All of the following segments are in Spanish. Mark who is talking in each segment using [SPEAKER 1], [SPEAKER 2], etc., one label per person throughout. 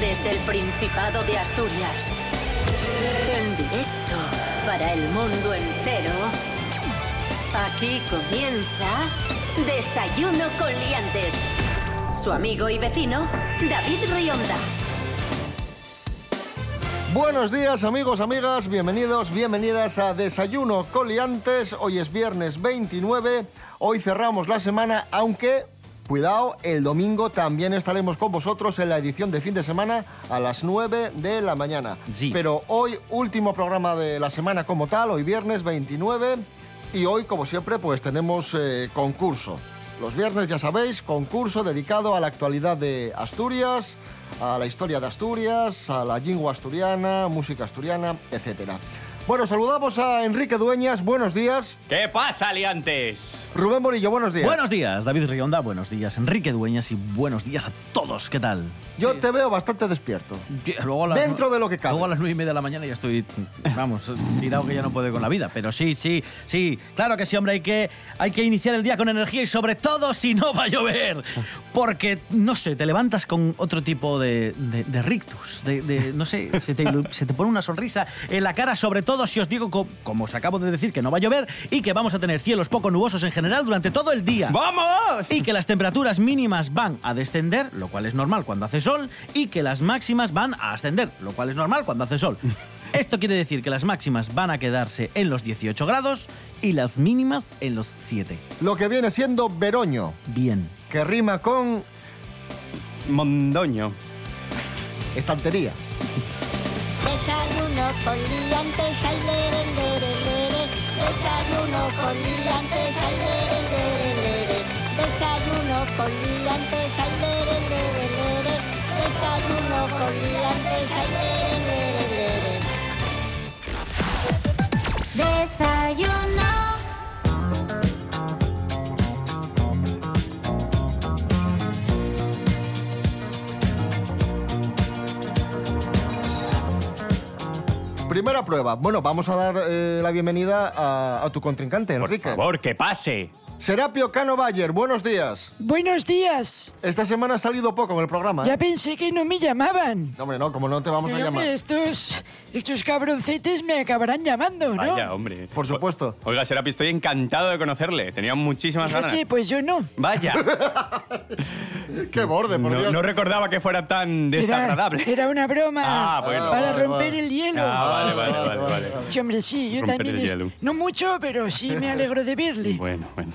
[SPEAKER 1] Desde el Principado de Asturias. En directo para el mundo entero. Aquí comienza Desayuno con Liantes. Su amigo y vecino, David Rionda.
[SPEAKER 2] Buenos días amigos, amigas, bienvenidos, bienvenidas a Desayuno Coliantes. Hoy es viernes 29, hoy cerramos la semana, aunque, cuidado, el domingo también estaremos con vosotros en la edición de fin de semana a las 9 de la mañana.
[SPEAKER 3] Sí.
[SPEAKER 2] Pero hoy último programa de la semana como tal, hoy viernes 29 y hoy como siempre pues tenemos eh, concurso. Los viernes ya sabéis, concurso dedicado a la actualidad de Asturias, a la historia de Asturias, a la lengua asturiana, música asturiana, etc. Bueno, saludamos a Enrique Dueñas, buenos días.
[SPEAKER 4] ¿Qué pasa, Aliantes?
[SPEAKER 2] Rubén Morillo, buenos días.
[SPEAKER 3] Buenos días, David Rionda, buenos días, Enrique Dueñas y buenos días a todos. ¿Qué tal?
[SPEAKER 2] Yo te veo bastante despierto.
[SPEAKER 3] Yo- luego a las-
[SPEAKER 2] Dentro de lo que cabe.
[SPEAKER 3] Luego a las nueve y media de la mañana ya estoy, vamos, tirado que ya no puedo con la vida. Pero sí, sí, sí, claro que sí, hombre, hay que, hay que iniciar el día con energía y sobre todo si no va a llover. Porque, no sé, te levantas con otro tipo de, de, de rictus, de, de- no sé, se te, ilu- se te pone una sonrisa en la cara, sobre todo si os digo, co- como os acabo de decir, que no va a llover y que vamos a tener cielos poco nubosos en general durante todo el día.
[SPEAKER 4] ¡Vamos!
[SPEAKER 3] Y que las temperaturas mínimas van a descender, lo cual es normal cuando hace sol, y que las máximas van a ascender, lo cual es normal cuando hace sol. Esto quiere decir que las máximas van a quedarse en los 18 grados y las mínimas en los 7.
[SPEAKER 2] Lo que viene siendo Veroño,
[SPEAKER 3] Bien.
[SPEAKER 2] que rima con
[SPEAKER 4] Mondoño.
[SPEAKER 2] estantería.
[SPEAKER 5] Desayuno con liantes, ay, lere, lere, lere. Desayuno con liantes, ay, lere, lere, lere. Desayuno con liantes, ay, lere, lere, lere. Desayuno con liantes, ay, lere, lere, lere. Desayuno.
[SPEAKER 2] Primera prueba. Bueno, vamos a dar eh, la bienvenida a, a tu contrincante,
[SPEAKER 4] Por
[SPEAKER 2] Enrique.
[SPEAKER 4] favor, que pase.
[SPEAKER 2] Serapio Cano Bayer, buenos días.
[SPEAKER 6] Buenos días.
[SPEAKER 2] Esta semana ha salido poco en el programa. ¿eh?
[SPEAKER 6] Ya pensé que no me llamaban.
[SPEAKER 2] No, Hombre, no, como no te vamos a
[SPEAKER 6] Pero, hombre,
[SPEAKER 2] llamar.
[SPEAKER 6] estos, estos cabroncetes me acabarán llamando, ¿no?
[SPEAKER 4] Vaya, hombre.
[SPEAKER 2] Por supuesto.
[SPEAKER 4] O- Oiga, Serapi, estoy encantado de conocerle. Tenía muchísimas
[SPEAKER 6] No
[SPEAKER 4] ganas.
[SPEAKER 6] sé, pues yo no.
[SPEAKER 4] Vaya,
[SPEAKER 2] Qué borde, por
[SPEAKER 4] no,
[SPEAKER 2] Dios.
[SPEAKER 4] no recordaba que fuera tan
[SPEAKER 6] Era,
[SPEAKER 4] desagradable.
[SPEAKER 6] era una broma
[SPEAKER 4] Ah, bueno.
[SPEAKER 6] para
[SPEAKER 2] Vale,
[SPEAKER 6] romper
[SPEAKER 2] vale.
[SPEAKER 6] el hielo.
[SPEAKER 4] Ah, vale, vale, vale, vale.
[SPEAKER 6] Sí, hombre, sí, yo
[SPEAKER 4] Romper
[SPEAKER 6] también.
[SPEAKER 4] el
[SPEAKER 6] es-
[SPEAKER 4] hielo.
[SPEAKER 6] No mucho, pero sí me alegro de verle.
[SPEAKER 4] Bueno, bueno.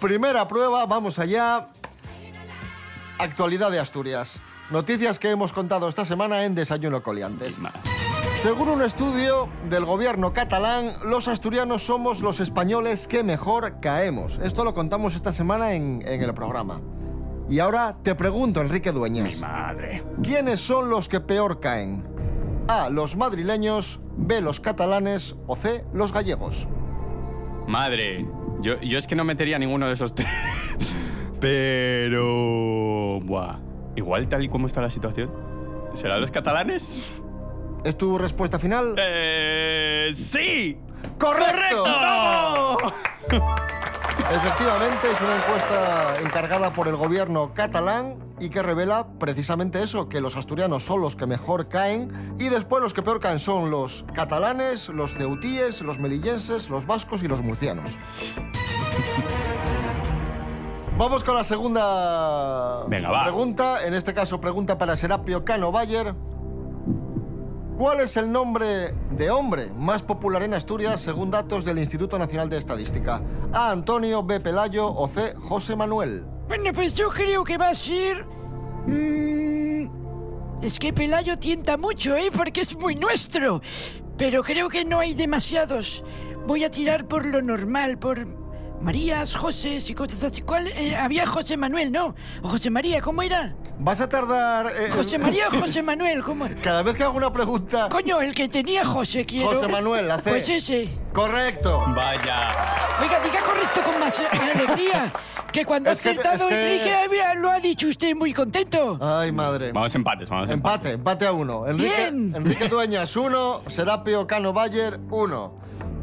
[SPEAKER 2] Primera prueba, vamos allá. Actualidad de Asturias. Noticias que hemos contado esta semana en Desayuno Coliantes. Según un estudio del gobierno catalán, los asturianos somos los españoles que mejor caemos. Esto lo contamos esta semana en, en el programa. Y ahora te pregunto, Enrique Dueñas,
[SPEAKER 4] Madre.
[SPEAKER 2] ¿quiénes son los que peor caen? A, los madrileños, B, los catalanes o C, los gallegos.
[SPEAKER 4] Madre. Yo, yo es que no metería ninguno de esos tres. Pero. Buah. Igual, tal y como está la situación. ¿Serán los catalanes?
[SPEAKER 2] ¿Es tu respuesta final?
[SPEAKER 4] Eh. ¡Sí!
[SPEAKER 2] ¡Correcto!
[SPEAKER 4] ¡Vamos!
[SPEAKER 2] Efectivamente, es una encuesta encargada por el gobierno catalán y que revela precisamente eso, que los asturianos son los que mejor caen y después los que peor caen son los catalanes, los ceutíes, los melillenses, los vascos y los murcianos. Vamos con la segunda
[SPEAKER 4] Venga, va.
[SPEAKER 2] pregunta, en este caso pregunta para Serapio Cano Bayer. ¿Cuál es el nombre de hombre más popular en Asturias según datos del Instituto Nacional de Estadística? A. Antonio, B. Pelayo o C. José Manuel.
[SPEAKER 6] Bueno, pues yo creo que va a ser... mm, es que Pelayo tienta mucho, ¿eh? Porque es muy nuestro. Pero creo que no hay demasiados. Voy a tirar por lo normal, por... Marías, José y cosas así. ¿Cuál? Eh, había José Manuel, ¿no? O José María, ¿cómo era?
[SPEAKER 2] Vas a tardar... eh,
[SPEAKER 6] José
[SPEAKER 2] en-
[SPEAKER 6] María o José Manuel, ¿cómo?
[SPEAKER 2] Cada vez que hago una pregunta...
[SPEAKER 6] Coño, el que tenía José, quiero.
[SPEAKER 2] José Manuel, la C.
[SPEAKER 6] Pues ese.
[SPEAKER 2] Correcto.
[SPEAKER 4] Vaya.
[SPEAKER 6] Oiga, diga correcto con más eh, alegría. Que cuando ha
[SPEAKER 2] Es que- es
[SPEAKER 6] acertado
[SPEAKER 2] que-
[SPEAKER 6] Enrique había- lo ha dicho usted muy contento.
[SPEAKER 2] Ay, madre.
[SPEAKER 4] Vamos empates, vamos
[SPEAKER 2] Empate,
[SPEAKER 4] empates.
[SPEAKER 2] empate a uno. Enrique,
[SPEAKER 6] Bien.
[SPEAKER 2] Enrique Dueñas, uno. Serapio Cano Bayer, uno.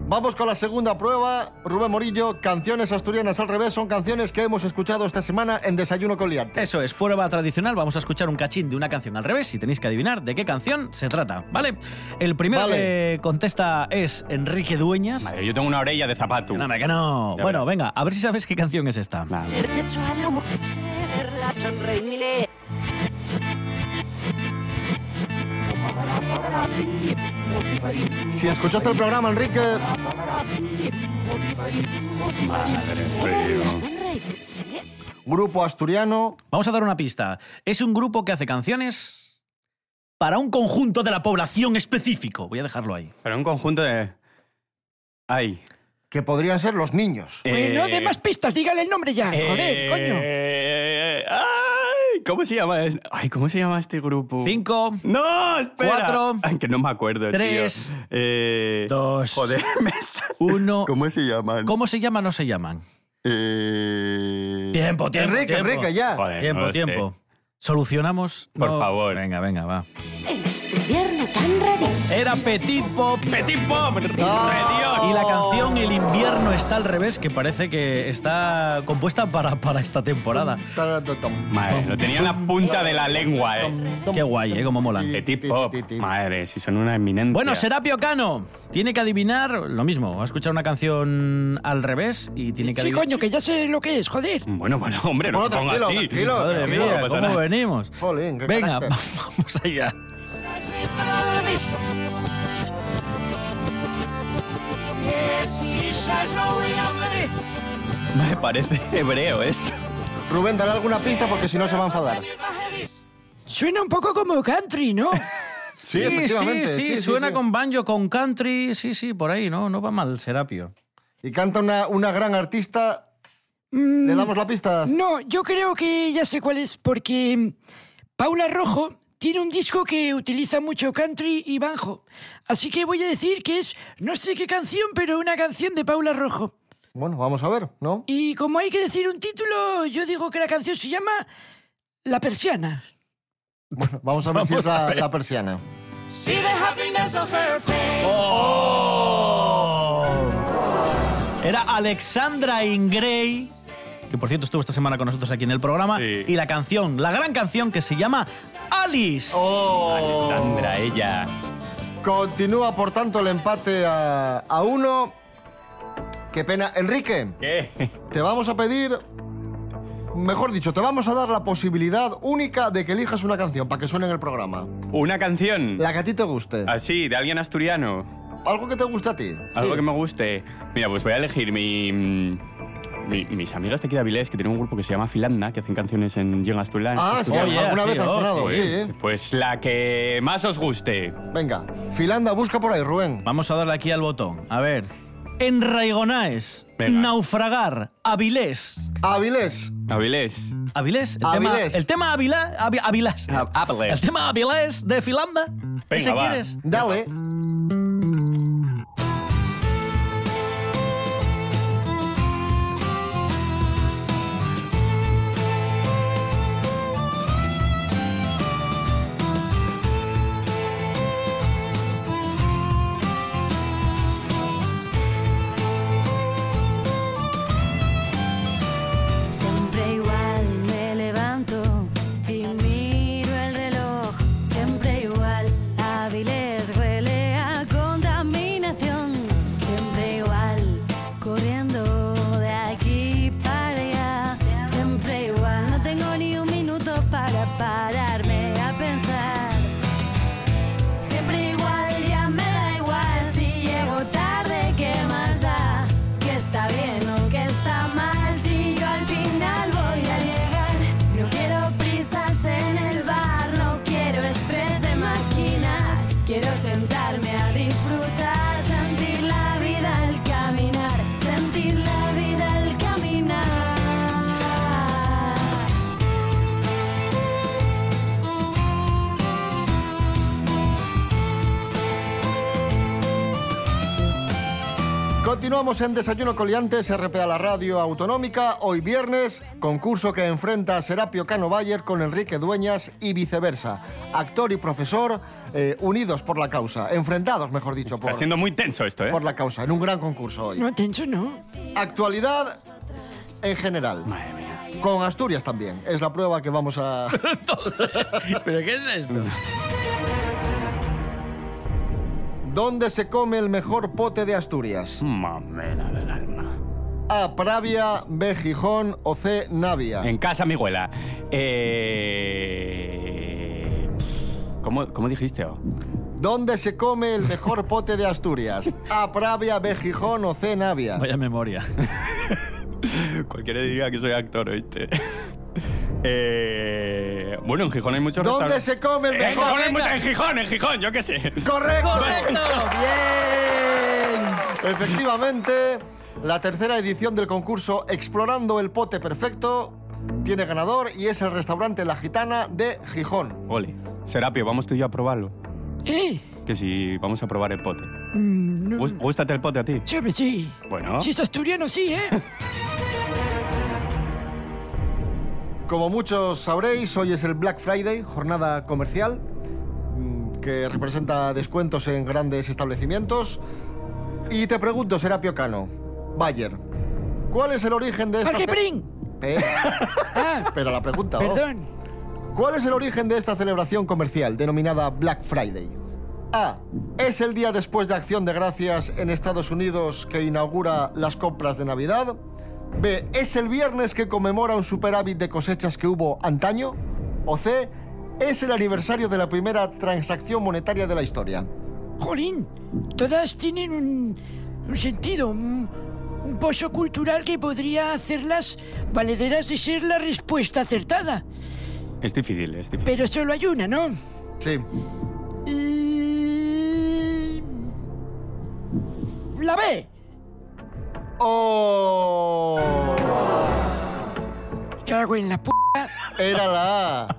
[SPEAKER 2] Vamos con la segunda prueba. Rubén Morillo, canciones asturianas al revés son canciones que hemos escuchado esta semana en Desayuno con Liantes.
[SPEAKER 3] Eso es, prueba tradicional. Vamos a escuchar un cachín de una canción al revés y tenéis que adivinar de qué canción se trata, ¿vale? El primero
[SPEAKER 2] Vale.
[SPEAKER 3] que contesta es Enrique Dueñas.
[SPEAKER 4] Madre, yo tengo una orella de zapato.
[SPEAKER 3] No, hombre, que no.
[SPEAKER 4] Ya
[SPEAKER 3] bueno,
[SPEAKER 4] verás.
[SPEAKER 3] venga, a ver si sabes qué canción es esta.
[SPEAKER 4] Vale.
[SPEAKER 1] Ser de hecho a la mujer, ser la sonreírle.
[SPEAKER 2] Si escuchaste el programa, Enrique, grupo asturiano,
[SPEAKER 3] Vamos a dar una pista. Es un grupo que hace canciones para un conjunto de la población específico. Voy a dejarlo ahí.
[SPEAKER 4] Pero un conjunto de. Ay.
[SPEAKER 2] que podrían ser los niños.
[SPEAKER 6] Bueno,
[SPEAKER 4] eh,
[SPEAKER 6] de más pistas, dígale el nombre ya.
[SPEAKER 4] eh,
[SPEAKER 6] Joder, coño.
[SPEAKER 4] Ay, ¿cómo se llama? es- Ay, ¿cómo se llama este
[SPEAKER 2] Uh.
[SPEAKER 4] grupo?
[SPEAKER 3] Cinco,
[SPEAKER 4] No, espera.
[SPEAKER 3] Cuatro.
[SPEAKER 4] Ay, que no me acuerdo, tío.
[SPEAKER 3] Tres.
[SPEAKER 4] Eh,
[SPEAKER 3] Dos.
[SPEAKER 4] Joder, me sale-
[SPEAKER 3] uno.
[SPEAKER 2] ¿Cómo se llaman?
[SPEAKER 3] ¿Cómo se llaman o no se llaman?
[SPEAKER 2] Eh...
[SPEAKER 3] Tiempo, tiempo.
[SPEAKER 2] Enrique,
[SPEAKER 3] tiempo.
[SPEAKER 2] Enrique, ya.
[SPEAKER 4] Joder,
[SPEAKER 3] Tiempo,
[SPEAKER 4] no lo sé.
[SPEAKER 3] tiempo. ¿Solucionamos?
[SPEAKER 4] Por favor.
[SPEAKER 3] Venga, venga, va.
[SPEAKER 1] En este invierno tan raro.
[SPEAKER 3] Era Petit Pop.
[SPEAKER 4] Petit Pop. re- Dios.
[SPEAKER 3] Y la canción El invierno está al revés, que parece que está compuesta para, para esta temporada.
[SPEAKER 2] Taratatón.
[SPEAKER 4] Madre, lo tenía en la punta de la lengua, eh.
[SPEAKER 3] Qué guay, ¿eh? Cómo molan.
[SPEAKER 4] Petit Pop. Madre, si son una eminencia.
[SPEAKER 3] Bueno, Serapio Cano tiene que adivinar lo mismo. Va a escuchar una canción al revés y tiene que
[SPEAKER 6] Sí,
[SPEAKER 3] adivinar.
[SPEAKER 6] coño, que ya sé lo que es, joder.
[SPEAKER 4] Bueno, bueno, hombre, no
[SPEAKER 2] Bueno,
[SPEAKER 4] se ponga
[SPEAKER 2] tranquilo,
[SPEAKER 4] así.
[SPEAKER 2] tranquilo,
[SPEAKER 4] No
[SPEAKER 3] Madre
[SPEAKER 2] tranquilo,
[SPEAKER 4] pasa
[SPEAKER 3] mía,
[SPEAKER 4] nada.
[SPEAKER 3] ¿cómo venimos?
[SPEAKER 2] Jolín, qué
[SPEAKER 3] Venga,
[SPEAKER 2] carácter.
[SPEAKER 3] vamos allá.
[SPEAKER 4] Me parece hebreo esto.
[SPEAKER 2] Rubén, dale alguna pista porque si no se va a enfadar.
[SPEAKER 6] Suena un poco como country, ¿no?
[SPEAKER 2] Sí, efectivamente,
[SPEAKER 3] Sí, sí,
[SPEAKER 2] sí, sí,
[SPEAKER 3] suena
[SPEAKER 2] sí.
[SPEAKER 3] con banjo, con country. Sí, sí, por ahí, no, no va mal, Serapio.
[SPEAKER 2] Y canta una, una gran artista.
[SPEAKER 3] Mm.
[SPEAKER 2] ¿Le damos la pista?
[SPEAKER 6] No, yo creo que ya sé cuál es, porque mm, Paula Rojo tiene un disco que utiliza mucho country y banjo. Así que voy a decir que es, no sé qué canción, pero una canción de Paula Rojo.
[SPEAKER 2] Bueno, vamos a ver, ¿no?
[SPEAKER 6] Y como hay que decir un título, yo digo que la canción se llama La Persiana.
[SPEAKER 2] Bueno, vamos a ver si es la, la persiana.
[SPEAKER 3] Era Alexandra Ingray, que por cierto estuvo esta semana con nosotros aquí en el programa,
[SPEAKER 4] Sí.
[SPEAKER 3] y la canción, la gran canción que se llama Alice.
[SPEAKER 2] Oh.
[SPEAKER 3] Oh.
[SPEAKER 4] Sandra, ella.
[SPEAKER 2] Continúa, por tanto, el empate a, a uno. Qué pena. Enrique,
[SPEAKER 4] ¿Qué?
[SPEAKER 2] te vamos a pedir. Mejor dicho, te vamos a dar la posibilidad única de que elijas una canción para que suene en el programa.
[SPEAKER 4] ¿Una canción?
[SPEAKER 2] La que a ti te guste.
[SPEAKER 4] Así, de alguien asturiano.
[SPEAKER 2] Algo que te guste a ti.
[SPEAKER 4] Algo
[SPEAKER 2] Sí.
[SPEAKER 4] que me guste. Mira, pues voy a elegir mi. mm, mi- mis amigas de aquí de Avilés, que tienen un grupo que se llama Filanda, que hacen canciones en Yen Asturiano.
[SPEAKER 2] Ah, sí,
[SPEAKER 3] Oye,
[SPEAKER 2] alguna
[SPEAKER 3] sí,
[SPEAKER 2] vez han
[SPEAKER 3] oh,
[SPEAKER 2] sonado,
[SPEAKER 4] pues,
[SPEAKER 2] sí, ¿eh?
[SPEAKER 4] pues la que más os guste.
[SPEAKER 2] Venga, Filanda, busca por ahí, Rubén.
[SPEAKER 3] Vamos a darle aquí al botón. A ver. En Raigonaes,
[SPEAKER 4] Venga.
[SPEAKER 3] naufragar, Avilés.
[SPEAKER 2] Avilés.
[SPEAKER 4] Avilés.
[SPEAKER 3] Avilés, el
[SPEAKER 2] Avilés.
[SPEAKER 3] tema, el tema Avila- Avi- Avilés.
[SPEAKER 4] A- Ah, Avilés.
[SPEAKER 3] El tema Avilés de Filanda. ¿Ese
[SPEAKER 4] va.
[SPEAKER 3] quieres?
[SPEAKER 2] Dale.
[SPEAKER 7] Siempre igual me levanto y miro el reloj. Siempre igual, hábiles huele a
[SPEAKER 2] Continuamos en Desayuno Coliantes, RPA la radio autonómica. Hoy viernes, concurso que enfrenta a Serapio Cano Bayer con Enrique Dueñas y viceversa. Actor y profesor eh, unidos por la causa, enfrentados, mejor dicho, por,
[SPEAKER 4] Está siendo muy tenso esto, ¿eh?
[SPEAKER 2] por la causa, en un gran concurso hoy.
[SPEAKER 6] No, tenso no.
[SPEAKER 2] Actualidad en general.
[SPEAKER 4] Madre mía.
[SPEAKER 2] Con Asturias también. Es la prueba que vamos a...
[SPEAKER 3] ¿Pero qué es esto?
[SPEAKER 2] ¿Dónde se come el mejor pote de Asturias?
[SPEAKER 4] Mamela del alma.
[SPEAKER 2] A. Pravia, B. Gijón o C. Navia.
[SPEAKER 4] En casa, mi abuela. Eh... pff, ¿Cómo, cómo dijiste? oh?
[SPEAKER 2] ¿Dónde se come el mejor pote de Asturias? A. Pravia, B. Gijón o C. Navia.
[SPEAKER 3] Vaya memoria.
[SPEAKER 4] Cualquiera diga que soy actor, ¿oíste? Eh, Bueno, en Gijón hay muchos
[SPEAKER 2] ¿Dónde
[SPEAKER 4] restaurantes.
[SPEAKER 2] se come el
[SPEAKER 4] En
[SPEAKER 2] mejor?
[SPEAKER 4] Gijón, hay mucho- en Gijón, en Gijón, yo qué sé.
[SPEAKER 2] ¡Correcto!
[SPEAKER 3] ¡Correcto! ¡Bien!
[SPEAKER 2] Efectivamente, la tercera edición del concurso Explorando el Pote Perfecto tiene ganador y es el restaurante La Gitana de Gijón.
[SPEAKER 4] Oli, Serapio, vamos tú y yo a probarlo.
[SPEAKER 6] ¿Eh?
[SPEAKER 4] Que si vamos a probar el pote.
[SPEAKER 6] Mm, no.
[SPEAKER 4] Gús- Gústate el pote a ti.
[SPEAKER 6] Sí, hombre, sí.
[SPEAKER 4] Bueno.
[SPEAKER 6] Si es asturiano, sí, ¿eh?
[SPEAKER 2] Como muchos sabréis, hoy es el Black Friday, jornada comercial, mm, que representa descuentos en grandes establecimientos. Y te pregunto, Serapio Cano, Bayer, ¿cuál es el origen de esta... ce-
[SPEAKER 6] ¡Algebrín!
[SPEAKER 2] Pe-
[SPEAKER 6] Ah,
[SPEAKER 2] Pero la pregunta, ¿no?
[SPEAKER 6] perdón.
[SPEAKER 2] ¿Cuál es el origen de esta celebración comercial denominada Black Friday? A. Es el día después de Acción de Gracias en Estados Unidos que inaugura las compras de Navidad. B. Es el viernes que conmemora un superávit de cosechas que hubo antaño. O C. Es el aniversario de la primera transacción monetaria de la historia.
[SPEAKER 6] Jolín, todas tienen un, un sentido, un, un pozo cultural que podría hacerlas valederas de ser la respuesta acertada.
[SPEAKER 4] Es difícil, es difícil.
[SPEAKER 6] Pero solo hay una, ¿no?
[SPEAKER 2] Sí.
[SPEAKER 6] Y- La B.
[SPEAKER 2] ¡Oh!
[SPEAKER 6] Cago en la p.
[SPEAKER 2] Era la A.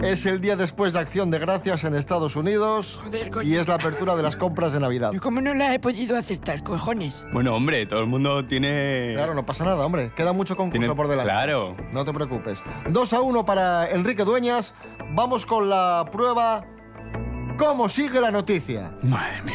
[SPEAKER 2] Es el día después de Acción de Gracias en Estados Unidos
[SPEAKER 6] Joder, coño.
[SPEAKER 2] y es la apertura de las compras de Navidad.
[SPEAKER 6] Yo como no la he podido acertar, cojones.
[SPEAKER 4] Bueno, hombre, todo el mundo tiene.
[SPEAKER 2] Claro, no pasa nada, hombre. Queda mucho concurso
[SPEAKER 4] tiene-
[SPEAKER 2] por delante.
[SPEAKER 4] Claro.
[SPEAKER 2] No te preocupes. 2 a 1 para Enrique Dueñas. Vamos con la prueba. ¿Cómo sigue la noticia?
[SPEAKER 4] Madre mía.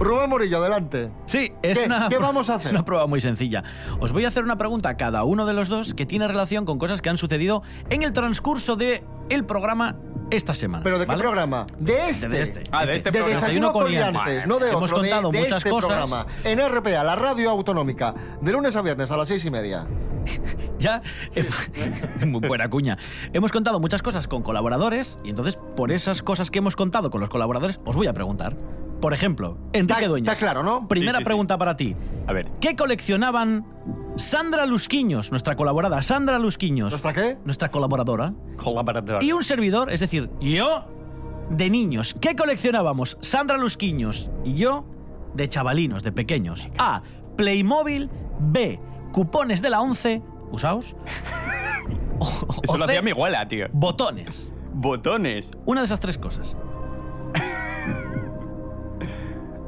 [SPEAKER 2] Rubén Morillo, adelante.
[SPEAKER 3] Sí, es
[SPEAKER 2] ¿Qué?
[SPEAKER 3] una.
[SPEAKER 2] ¿Qué vamos a hacer?
[SPEAKER 3] Es una prueba muy sencilla. Os voy a hacer una pregunta a cada uno de los dos que tiene relación con cosas que han sucedido en el transcurso de el programa esta semana.
[SPEAKER 2] ¿Pero de qué
[SPEAKER 3] ¿vale?
[SPEAKER 2] programa? De este.
[SPEAKER 3] De este.
[SPEAKER 4] Ah, de este
[SPEAKER 2] De
[SPEAKER 4] programa.
[SPEAKER 2] Desayuno
[SPEAKER 3] Desayuno
[SPEAKER 2] con
[SPEAKER 3] con
[SPEAKER 2] Liantes,
[SPEAKER 3] Liantes.
[SPEAKER 2] no de
[SPEAKER 3] Hemos
[SPEAKER 2] otro, de,
[SPEAKER 3] contado
[SPEAKER 2] de
[SPEAKER 3] muchas
[SPEAKER 2] este
[SPEAKER 3] cosas.
[SPEAKER 2] programa. En RPA, la radio autonómica, de lunes a viernes a las seis y media.
[SPEAKER 3] Ya, eh, muy buena cuña. Hemos contado muchas cosas con colaboradores y entonces por esas cosas que hemos contado con los colaboradores os voy a preguntar. Por ejemplo, Enrique
[SPEAKER 2] Está-
[SPEAKER 3] Dueñas.
[SPEAKER 2] está claro, ¿no?
[SPEAKER 3] Primera
[SPEAKER 4] Sí, sí, sí.
[SPEAKER 3] pregunta para ti.
[SPEAKER 4] A ver.
[SPEAKER 3] ¿Qué coleccionaban Sandra Lusquiños, nuestra colaborada Sandra Lusquiños,
[SPEAKER 2] ¿Nuestra qué?
[SPEAKER 3] nuestra colaboradora,
[SPEAKER 4] Colaborador.
[SPEAKER 3] y un servidor, es decir, yo de niños? ¿Qué coleccionábamos Sandra Lusquiños y yo de chavalinos, de pequeños? A. Playmobil, B. Cupones de la 11, usaos. o-
[SPEAKER 4] Eso
[SPEAKER 3] o
[SPEAKER 4] lo
[SPEAKER 3] C,
[SPEAKER 4] hacía mi abuela, tío.
[SPEAKER 3] Botones.
[SPEAKER 4] Botones.
[SPEAKER 3] Una de esas tres cosas.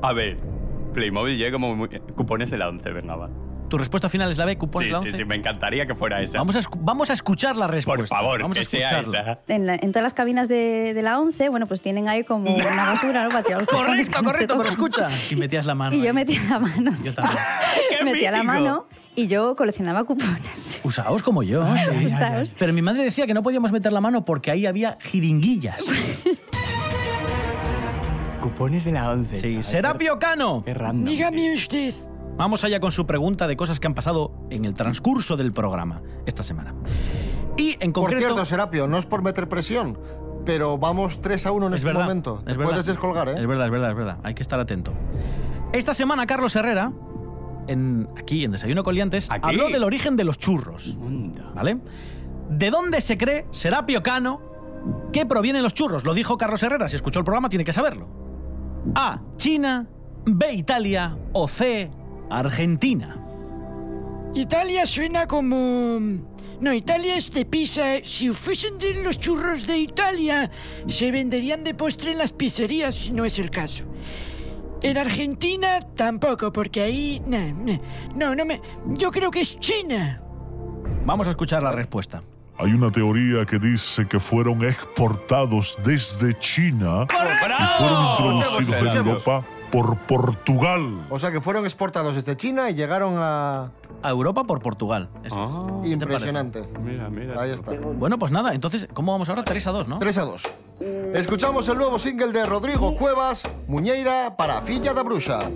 [SPEAKER 4] A ver. Playmobil llega como muy... cupones de la 11, venga, va.
[SPEAKER 3] Tu respuesta final es la B, cupones
[SPEAKER 4] Sí,
[SPEAKER 3] de la
[SPEAKER 4] sí,
[SPEAKER 3] 11.
[SPEAKER 4] sí, me encantaría que fuera esa.
[SPEAKER 3] Vamos a, escu- vamos a escuchar la respuesta.
[SPEAKER 4] Por favor,
[SPEAKER 3] vamos a
[SPEAKER 4] que sea
[SPEAKER 3] escucharla.
[SPEAKER 4] esa.
[SPEAKER 8] en, la- en todas las cabinas de, de la 11, bueno, pues tienen ahí como una basura, ¿no? Para tirar los cojones
[SPEAKER 3] Correcto,
[SPEAKER 8] que no te
[SPEAKER 3] correcto, pero
[SPEAKER 8] tocan.
[SPEAKER 3] escucha. Y metías la mano.
[SPEAKER 8] Y yo
[SPEAKER 3] ahí.
[SPEAKER 8] metía la mano.
[SPEAKER 3] Yo también.
[SPEAKER 4] ¡Qué
[SPEAKER 8] metía la
[SPEAKER 4] mítico!
[SPEAKER 8] mano y yo coleccionaba cupones.
[SPEAKER 3] Usaos como yo. sí.
[SPEAKER 8] Usaos.
[SPEAKER 3] Pero mi madre decía que no podíamos meter la mano porque ahí había jeringuillas.
[SPEAKER 4] Cupones de la 11.
[SPEAKER 3] Sí, Serapio Cano.
[SPEAKER 4] Qué random.
[SPEAKER 6] Dígame usted.
[SPEAKER 3] Vamos allá con su pregunta de cosas que han pasado en el transcurso del programa esta semana. Y en
[SPEAKER 2] Por
[SPEAKER 3] concreto.
[SPEAKER 2] cierto, Serapio, no es por meter presión, pero vamos 3 a 1 en
[SPEAKER 3] es
[SPEAKER 2] este
[SPEAKER 3] verdad,
[SPEAKER 2] momento.
[SPEAKER 3] es
[SPEAKER 2] Te
[SPEAKER 3] verdad.
[SPEAKER 2] puedes descolgar, ¿eh?
[SPEAKER 3] Es verdad, es verdad, es verdad. Hay que estar atento. Esta semana, Carlos Herrera, en, aquí en Desayuno Coliantes,
[SPEAKER 4] Aquí.
[SPEAKER 3] habló del origen de los churros. ¿Vale? ¿De dónde se cree, Serapio Cano, que provienen los churros? Lo dijo Carlos Herrera. Si escuchó el programa, tiene que saberlo. A. China. B. Italia. O C. Argentina.
[SPEAKER 6] Italia suena como... No, Italia es de pizza. Si fuesen de los churros de Italia, se venderían de postre en las pizzerías, si no es el caso. En Argentina tampoco, porque ahí... nah, nah. No, no me... Yo creo que es China.
[SPEAKER 9] Vamos a escuchar la respuesta.
[SPEAKER 10] Hay una teoría que dice que fueron exportados desde China y fueron introducidos en Europa por Portugal.
[SPEAKER 2] O sea que fueron exportados desde China y llegaron a...
[SPEAKER 9] A Europa por Portugal. Eso es.
[SPEAKER 4] Ah,
[SPEAKER 9] te
[SPEAKER 2] Impresionante.
[SPEAKER 4] mira, mira.
[SPEAKER 2] Ahí está.
[SPEAKER 9] Bueno, pues nada, entonces, ¿cómo vamos ahora? 3 a 2, ¿no?
[SPEAKER 2] 3 a 2. Escuchamos el nuevo single de Rodrigo Cuevas, Muñeira, para Filla da Bruxa.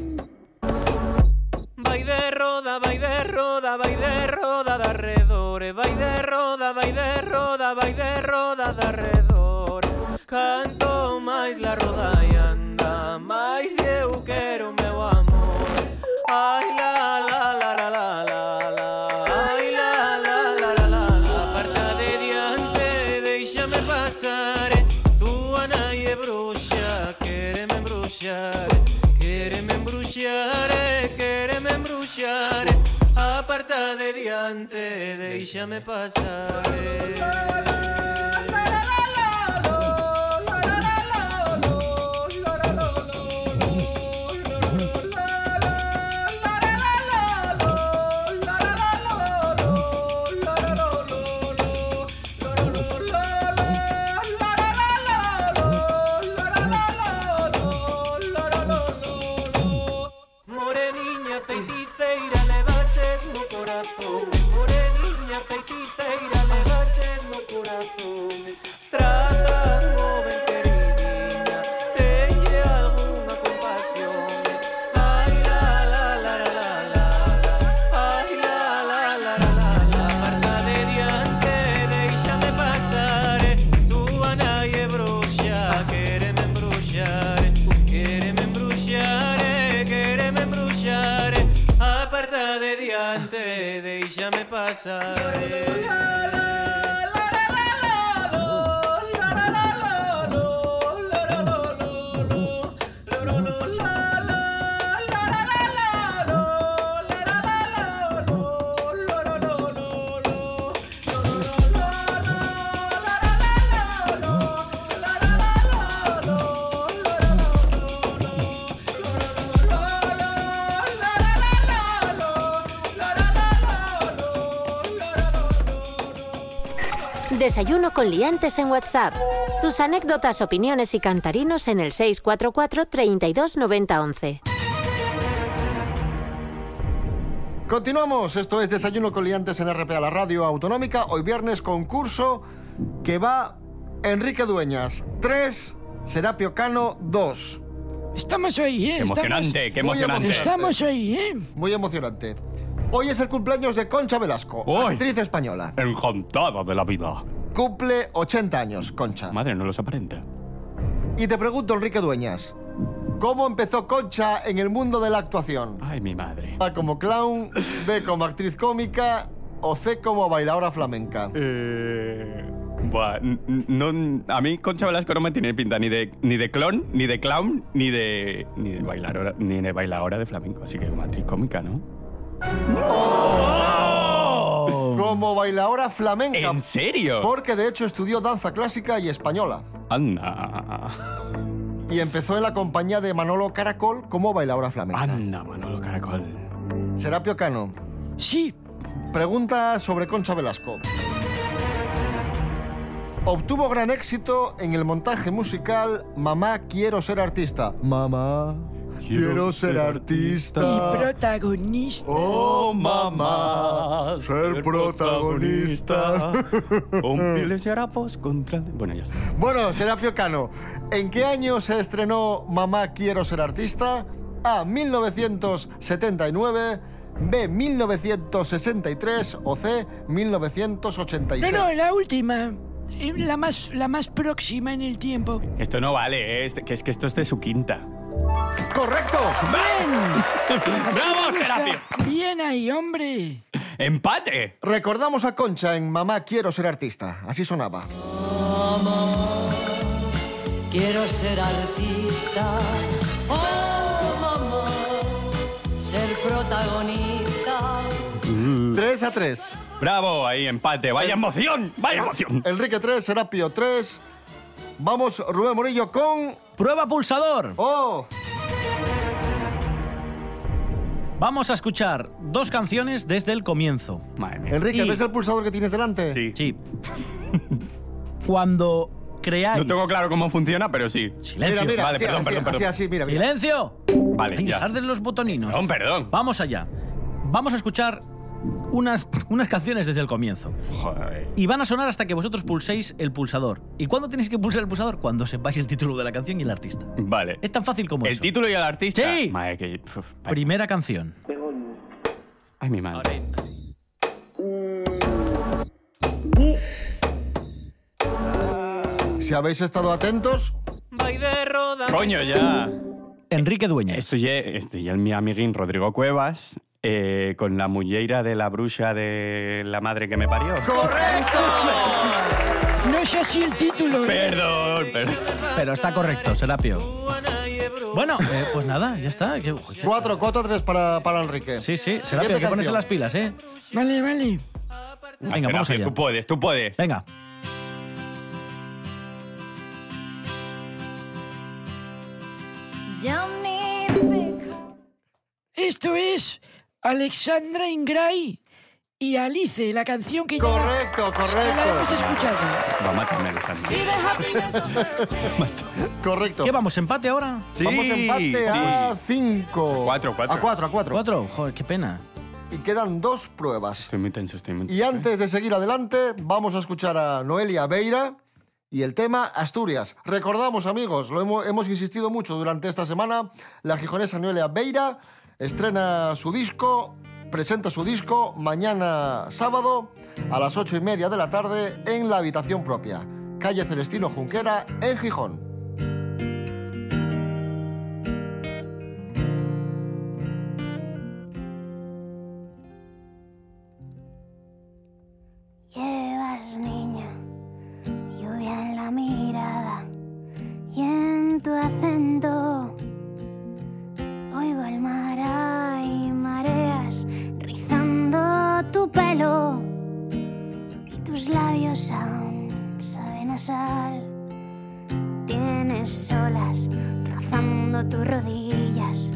[SPEAKER 3] Vai de roda, vai de roda, vai de roda de arredore Vai de roda, vai de roda, vai de roda de arredore Canto máis la roda e anda Máis eu quero o meu amor Ai la la la la la la la Ai la la la la la la Aparta de diante, deixame pasar Tua nai é bruxa, quéreme embruxar Quéreme embruxar, eh, quéreme embruxar Aparta de diante, deixame pasar eh. Moreniña feiticeira, levaches no corazón Moreniña feiticeira, levaches no corazón Trátamo ben queridinha, tenlle alguna compasión Ai la la la la la la Ai la la la la la la Aparta de diante, deixame pasar Tua nai é bruxa, quéreme embruxar Quéreme embruxar, eh, quéreme embruxar Aparta de diante, deixame pasar
[SPEAKER 1] Desayuno con liantes en WhatsApp. Tus anécdotas, opiniones y cantarinos en el 644 32 90 11.
[SPEAKER 2] Continuamos, esto es Desayuno con Liantes en RPA, la radio autonómica. Hoy viernes concurso que va Enrique Dueñas 3, Serapio Cano 2.
[SPEAKER 6] Estamos hoy, ¿eh?
[SPEAKER 4] Qué
[SPEAKER 6] Estamos-
[SPEAKER 4] emocionante, qué
[SPEAKER 2] Muy
[SPEAKER 4] emocionante.
[SPEAKER 6] Estamos hoy, ¿eh?
[SPEAKER 2] Muy emocionante. Hoy es el cumpleaños de Concha Velasco,
[SPEAKER 4] Uy.
[SPEAKER 2] actriz española.
[SPEAKER 4] Encantada de la vida.
[SPEAKER 2] Cumple 80 años, Concha.
[SPEAKER 4] Madre, no los aparenta.
[SPEAKER 2] Y te pregunto, Enrique Dueñas, ¿cómo empezó Concha en el mundo de la actuación?
[SPEAKER 4] Ay, mi madre.
[SPEAKER 2] A como clown, B como actriz cómica o C como bailadora flamenca.
[SPEAKER 4] Eh... Buah, n- n- no, a mí Concha Velasco no me tiene pinta ni de, ni de clon, ni de clown, ni de, ni de bailadora, ni de bailadora de flamenco. Así que matriz cómica, ¿no?
[SPEAKER 2] ¡Oh! Como bailadora flamenca.
[SPEAKER 4] ¿En serio?
[SPEAKER 2] Porque de hecho estudió danza clásica y española.
[SPEAKER 4] Anda.
[SPEAKER 2] Y empezó en la compañía de Manolo Caracol como bailadora flamenca.
[SPEAKER 4] Anda, Manolo Caracol.
[SPEAKER 2] Serapio Cano,
[SPEAKER 6] Sí.
[SPEAKER 2] pregunta sobre Concha Velasco. Obtuvo gran éxito en el montaje musical Mamá quiero ser artista. Mamá
[SPEAKER 4] Quiero ser
[SPEAKER 2] Ah.
[SPEAKER 6] Y protagonista.
[SPEAKER 2] Oh, mamá, ser protagonista. Mm.
[SPEAKER 4] Un miles de harapos contra... Bueno, ya está.
[SPEAKER 2] Bueno, Serapio Cano, ¿en qué año se estrenó Mamá Quiero Ser Artista? A, 1979, B, 1963 o C,
[SPEAKER 6] No,
[SPEAKER 2] 1986.
[SPEAKER 6] no, la última. Eh, La más, la más próxima en el tiempo.
[SPEAKER 4] Esto no vale, ¿eh? Este- que es que esto es de su quinta.
[SPEAKER 2] ¡Correcto!
[SPEAKER 6] Así me
[SPEAKER 4] ¡Bravo,
[SPEAKER 6] gusta.
[SPEAKER 4] Serapio!
[SPEAKER 6] Bien ahí, hombre.
[SPEAKER 4] ¡Empate!
[SPEAKER 2] Recordamos a Concha en Mamá Quiero Ser Artista. Así sonaba.
[SPEAKER 11] Quiero ser artista, oh mamá, ser protagonista.
[SPEAKER 2] 3 a 3.
[SPEAKER 4] ¡Bravo! Ahí, empate. ¡Vaya
[SPEAKER 2] Eh,
[SPEAKER 4] emoción! ¡Vaya emoción!
[SPEAKER 2] Enrique 3, Serapio 3. Vamos, Rubén Morillo con...
[SPEAKER 9] ¡Prueba pulsador!
[SPEAKER 2] ¡Oh!
[SPEAKER 3] Vamos a escuchar dos canciones desde el comienzo.
[SPEAKER 2] Enrique, ¿ves el pulsador que tienes delante?
[SPEAKER 3] Sí. Sí. Cuando creáis...
[SPEAKER 4] No tengo claro cómo funciona, pero sí.
[SPEAKER 3] Silencio.
[SPEAKER 2] Mira, mira,
[SPEAKER 4] vale,
[SPEAKER 2] así,
[SPEAKER 4] perdón,
[SPEAKER 2] así,
[SPEAKER 4] perdón,
[SPEAKER 2] así,
[SPEAKER 4] perdón.
[SPEAKER 2] así, mira, mira.
[SPEAKER 3] ¡Silencio!
[SPEAKER 4] Vale,
[SPEAKER 3] Venga,
[SPEAKER 4] ya.
[SPEAKER 3] dejad de los botoninos.
[SPEAKER 4] Perdón, perdón.
[SPEAKER 3] Vamos allá. Vamos a escuchar unas, unas canciones desde el comienzo.
[SPEAKER 4] Joder.
[SPEAKER 3] Y van a sonar hasta que vosotros pulséis el pulsador. ¿Y cuándo tenéis que pulsar el pulsador? Cuando sepáis el título de la canción y el artista.
[SPEAKER 4] Vale.
[SPEAKER 3] Es tan fácil como
[SPEAKER 4] ¿El
[SPEAKER 3] eso.
[SPEAKER 4] título y el artista?
[SPEAKER 3] Este Sí.
[SPEAKER 4] Madre que... pf, ay,
[SPEAKER 3] Primera canción.
[SPEAKER 4] ay, mi madre.
[SPEAKER 2] Si habéis estado atentos,
[SPEAKER 12] Vai de roda.
[SPEAKER 4] Coño, ya.
[SPEAKER 3] Enrique Dueñas.
[SPEAKER 4] Estoy, estoy ya el mi amiguín Rodrigo Cuevas eh, con la mulleira de la bruja de la madre que me parió.
[SPEAKER 6] No sé si el título. ¿eh?
[SPEAKER 4] Perdón, perdón.
[SPEAKER 3] Pero está correcto, Serapio. Bueno, eh, pues nada, ya está. Que- uy, que-
[SPEAKER 2] 4, 4, 3 para, para Enrique.
[SPEAKER 3] Sí, sí,
[SPEAKER 2] Siguiente
[SPEAKER 3] Serapio, hay que ponerse
[SPEAKER 2] canción.
[SPEAKER 3] las pilas, ¿eh?
[SPEAKER 6] Vale, vale.
[SPEAKER 3] Venga, vamos
[SPEAKER 4] Serapio,
[SPEAKER 3] allá.
[SPEAKER 4] Tú puedes, tú puedes.
[SPEAKER 3] Venga.
[SPEAKER 7] Don't need a big
[SPEAKER 6] Esto es Alexandra Ingray y Alice, la canción que lleva-
[SPEAKER 2] Correcto,
[SPEAKER 6] que la hemos
[SPEAKER 2] correcto.
[SPEAKER 6] escuchado.
[SPEAKER 4] Va a matarme Alexandra.
[SPEAKER 7] bit of happiness on Thursday.
[SPEAKER 2] Correcto.
[SPEAKER 3] ¿Qué vamos? ¿Empate ahora?
[SPEAKER 4] Sí,
[SPEAKER 2] Vamos empate a
[SPEAKER 4] sí.
[SPEAKER 2] 5.
[SPEAKER 4] Cuatro, cuatro.
[SPEAKER 2] A 4, a 4.
[SPEAKER 3] ¿Cuatro? Joder, qué pena.
[SPEAKER 2] Y quedan dos pruebas.
[SPEAKER 4] Estoy muy tenso, estoy muy tenso.
[SPEAKER 2] Y antes de seguir adelante, vamos a escuchar a Noelia Beira y el tema Asturias. Recordamos, amigos, lo hemo- hemos, insistido mucho durante esta semana, la gijonesa Noelia Beira estrena su disco, presenta su disco mañana sábado a las ocho y media de la tarde en la habitación propia, calle Celestino Junquera, en Gijón.
[SPEAKER 11] Llevas, niña, lluvia en la mirada y en tu acento. Oigo el mar y mareas rizando tu pelo y tus labios aún saben a sal. Tienes olas rozando tus rodillas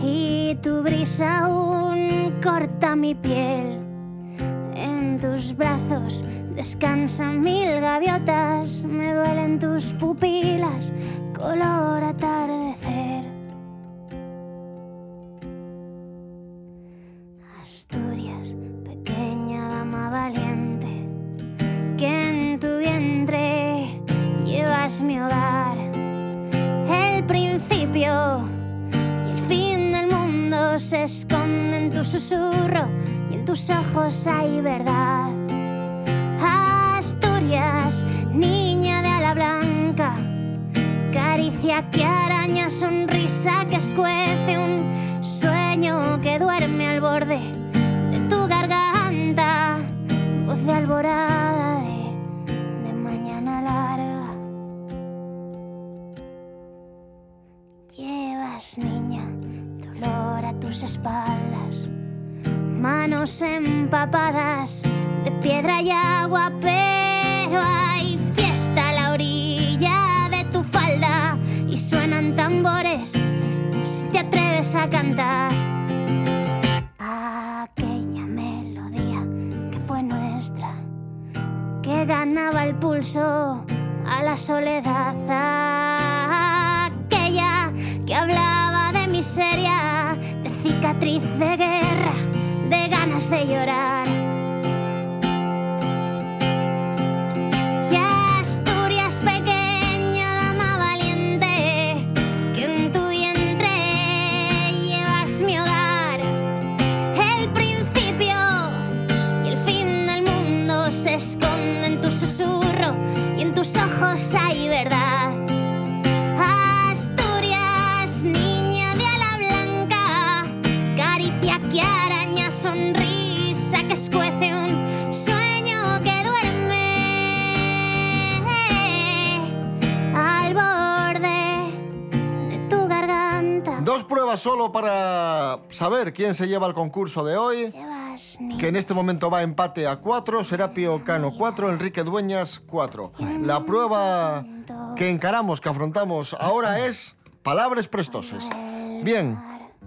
[SPEAKER 11] y tu brisa aún corta mi piel. En tus brazos descansan mil gaviotas, me duelen tus pupilas, color atardecer. Asturias, pequeña dama valiente, que en tu vientre llevas mi hogar, el principio. Y el fin del mundo se esconde en tu susurro y en tus ojos hay verdad. Asturias, niña de ala blanca, caricia que araña, sonrisa que escuece, un sueño que duerme al borde de tu garganta, voz de alborada de, de mañana larga. Llevas, niña, dolor a tus espaldas, manos empapadas de piedra y agua, pero hay fiesta a la orilla de tu falda y suenan tambores si te atreves a cantar. Aquella melodía que fue nuestra, que ganaba el pulso a la soledad aquella que hablaba de miseria, de cicatriz de guerra, de ganas de llorar. Y Asturias pequeña dama valiente, que en tu vientre llevas mi hogar, el principio y el fin del mundo se esconde en tu susurro y en tus ojos hay verdad. Asturias, niña de ala blanca, caricia que araña, sonrisa que escuece un sueño que duerme al borde de tu garganta.
[SPEAKER 2] Dos pruebas solo para saber quién se lleva el concurso de hoy.
[SPEAKER 11] Llevas, niña.
[SPEAKER 2] que en este momento va empate a 4, Serapio Cano 4, Enrique Dueñas 4. La prueba que encaramos, que afrontamos ahora es palabras prestoses. Bien,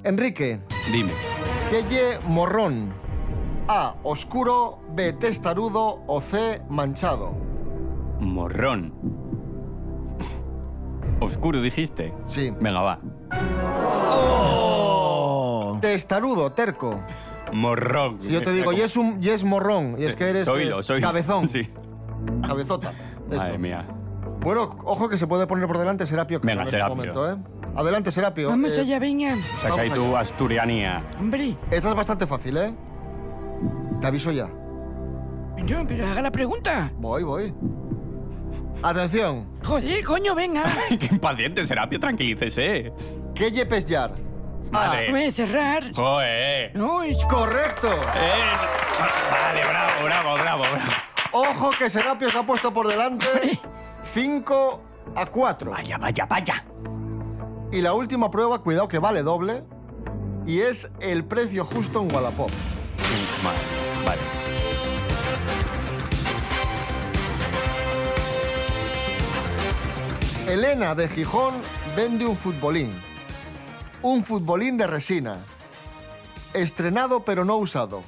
[SPEAKER 2] Enrique.
[SPEAKER 4] Dime.
[SPEAKER 2] Kelle morrón. A. Oscuro. B. Testarudo. O C. Manchado.
[SPEAKER 4] Morrón. Oscuro, dijiste.
[SPEAKER 2] Sí.
[SPEAKER 4] Venga, va.
[SPEAKER 2] Testarudo, terco.
[SPEAKER 4] Morrón.
[SPEAKER 2] Si yo te digo, y es, un, y es morrón, y es que eres
[SPEAKER 4] Soy
[SPEAKER 2] eh,
[SPEAKER 4] lo, soy-
[SPEAKER 2] cabezón,
[SPEAKER 4] Sí.
[SPEAKER 2] cabezota. Eso.
[SPEAKER 4] Madre mía.
[SPEAKER 2] Bueno, ojo que se puede poner por delante Serapio Cano
[SPEAKER 4] Venga,
[SPEAKER 2] en
[SPEAKER 4] Serapio.
[SPEAKER 2] este momento, ¿eh? Adelante, Serapio.
[SPEAKER 6] Vamos
[SPEAKER 2] Eh,
[SPEAKER 6] allá, venga.
[SPEAKER 4] Saca ahí
[SPEAKER 2] Vamos
[SPEAKER 4] tu asturianía.
[SPEAKER 6] Hombre,
[SPEAKER 2] Esta es bastante fácil, ¿eh? Te aviso ya.
[SPEAKER 6] no, pero haga la pregunta.
[SPEAKER 2] Voy, voy. Atención.
[SPEAKER 6] Joder, coño, venga.
[SPEAKER 4] Ay, qué impaciente, Serapio, tranquilícese.
[SPEAKER 2] ¿Qué yepes yar?
[SPEAKER 4] Vale.
[SPEAKER 2] Ah.
[SPEAKER 6] Voy a cerrar.
[SPEAKER 4] Joder.
[SPEAKER 6] No, es...
[SPEAKER 2] ¡Correcto!
[SPEAKER 4] Eh, Vale, bravo, bravo, bravo, bravo.
[SPEAKER 2] Ojo que Serapio se ha puesto por delante 5 a 4.
[SPEAKER 4] Vaya, vaya, vaya.
[SPEAKER 2] Y la última prueba, cuidado que vale doble, y es el precio justo en Wallapop.
[SPEAKER 4] Más. Vale.
[SPEAKER 2] Elena de Gijón vende un futbolín. Un futbolín de resina. Estrenado pero no usado.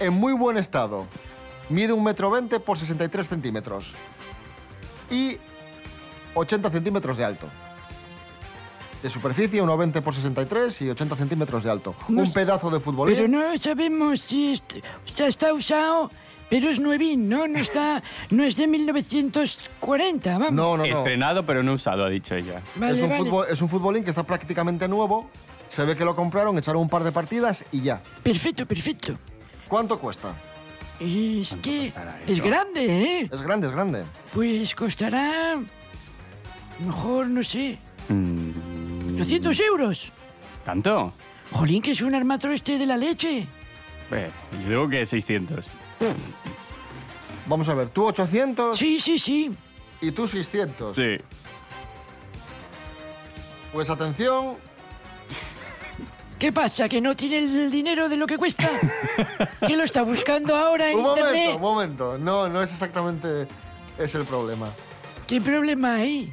[SPEAKER 2] En muy buen estado. Mide un metro veinte por 63 centímetros. Y 80 centímetros de alto. De superficie, 1,20 por 63 y 80 centímetros de alto.
[SPEAKER 6] No
[SPEAKER 2] un
[SPEAKER 6] sé-
[SPEAKER 2] pedazo de futbolín.
[SPEAKER 6] Pero no sabemos si est- o sea, está usado, pero es nuevín, ¿no? No, está, no es de 1940, vamos.
[SPEAKER 2] No, no, no.
[SPEAKER 4] Estrenado pero no usado, ha dicho ella.
[SPEAKER 6] Vale,
[SPEAKER 2] es, un
[SPEAKER 6] vale.
[SPEAKER 2] futbol- es un futbolín que está prácticamente nuevo. Se ve que lo compraron, echaron un par de partidas y ya.
[SPEAKER 6] Perfecto, perfecto.
[SPEAKER 2] ¿Cuánto cuesta?
[SPEAKER 6] Es que
[SPEAKER 4] costará eso?
[SPEAKER 6] es grande, ¿eh?
[SPEAKER 2] Es grande, es grande.
[SPEAKER 6] Pues costará... a lo Mejor, no sé,
[SPEAKER 4] Mm,
[SPEAKER 6] 200 euros.
[SPEAKER 4] ¿Tanto?
[SPEAKER 6] Jolín, que es un armato este de la leche.
[SPEAKER 4] Eh, yo digo que 600.
[SPEAKER 2] Vamos a ver, tú 800
[SPEAKER 6] Sí, sí, sí.
[SPEAKER 2] y tú 600.
[SPEAKER 4] Sí.
[SPEAKER 2] Pues atención,
[SPEAKER 6] ¿Qué pasa? ¿Que no tiene el dinero de lo que cuesta? ¿Que lo está buscando ahora en
[SPEAKER 2] un momento,
[SPEAKER 6] internet?
[SPEAKER 2] un momento. No, no es exactamente ese el problema.
[SPEAKER 6] ¿Qué problema hay?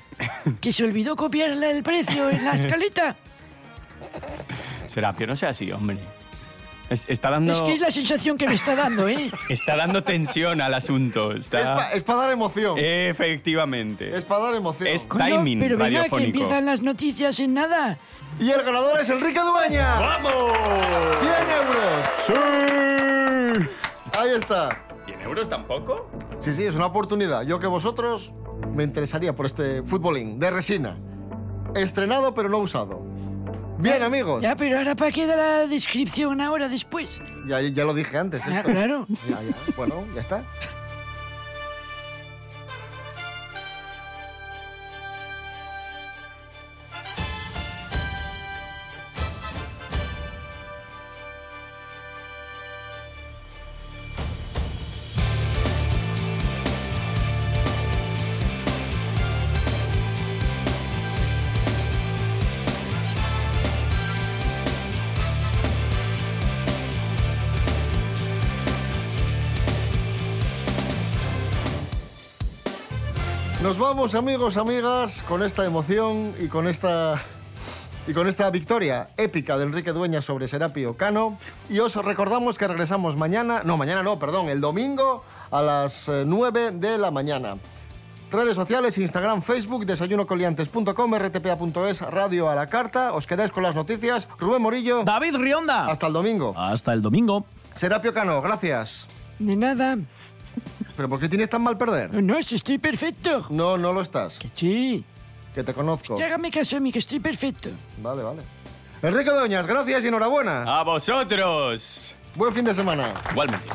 [SPEAKER 6] ¿Que se olvidó copiarle el precio en la escaleta?
[SPEAKER 4] Serapio, no sea así, hombre. Es- está dando.
[SPEAKER 6] Es que es la sensación que me está dando, ¿eh?
[SPEAKER 4] Está dando tensión al asunto. Está...
[SPEAKER 2] Es para dar emoción.
[SPEAKER 4] Efectivamente.
[SPEAKER 2] Es para dar emoción.
[SPEAKER 4] Eh. Es-
[SPEAKER 6] Coño,
[SPEAKER 4] Timing
[SPEAKER 6] pero venga, que
[SPEAKER 4] radiofónico.
[SPEAKER 6] empiezan las noticias en nada.
[SPEAKER 2] Y el ganador es Enrique Dueña.
[SPEAKER 4] ¡Vamos!
[SPEAKER 2] 100 euros. Ahí está.
[SPEAKER 4] ¿100 euros tampoco?
[SPEAKER 2] Sí, sí, es una oportunidad. Yo que vosotros me interesaría por este futbolín de resina. Estrenado pero no usado. Bien,
[SPEAKER 4] Pues
[SPEAKER 2] amigos.
[SPEAKER 6] Ya, pero ahora para qué da la descripción ahora después.
[SPEAKER 2] Ya, ya lo dije antes.
[SPEAKER 6] Ah,
[SPEAKER 2] esto.
[SPEAKER 6] claro.
[SPEAKER 2] Ya, ya. Bueno, ya está. Nos vamos, amigos, amigas, con esta emoción y con esta y con esta victoria épica de Enrique Dueña sobre Serapio Cano. Y os recordamos que regresamos mañana, no, mañana no, perdón, el domingo a las eh, 9 de la mañana. Redes sociales, Instagram, Facebook, desayunocoliantes.com, rtpa.es, radio a la carta. Os quedáis con las noticias. Rubén Morillo,
[SPEAKER 3] David Rionda.
[SPEAKER 2] hasta el domingo.
[SPEAKER 3] Hasta el domingo.
[SPEAKER 2] Serapio Cano, gracias.
[SPEAKER 6] De nada.
[SPEAKER 2] ¿Pero por qué tienes tan mal perder?
[SPEAKER 6] No, si estoy perfecto.
[SPEAKER 2] No, no lo estás,
[SPEAKER 6] Que sí.
[SPEAKER 2] que te conozco.
[SPEAKER 4] Oh.
[SPEAKER 6] Que hágame caso a mí, que estoy perfecto.
[SPEAKER 2] Vale, vale.
[SPEAKER 4] Ah.
[SPEAKER 2] Enrique Doñas, gracias y enhorabuena.
[SPEAKER 4] ¡A vosotros!
[SPEAKER 2] Buen fin de semana.
[SPEAKER 4] Igualmente.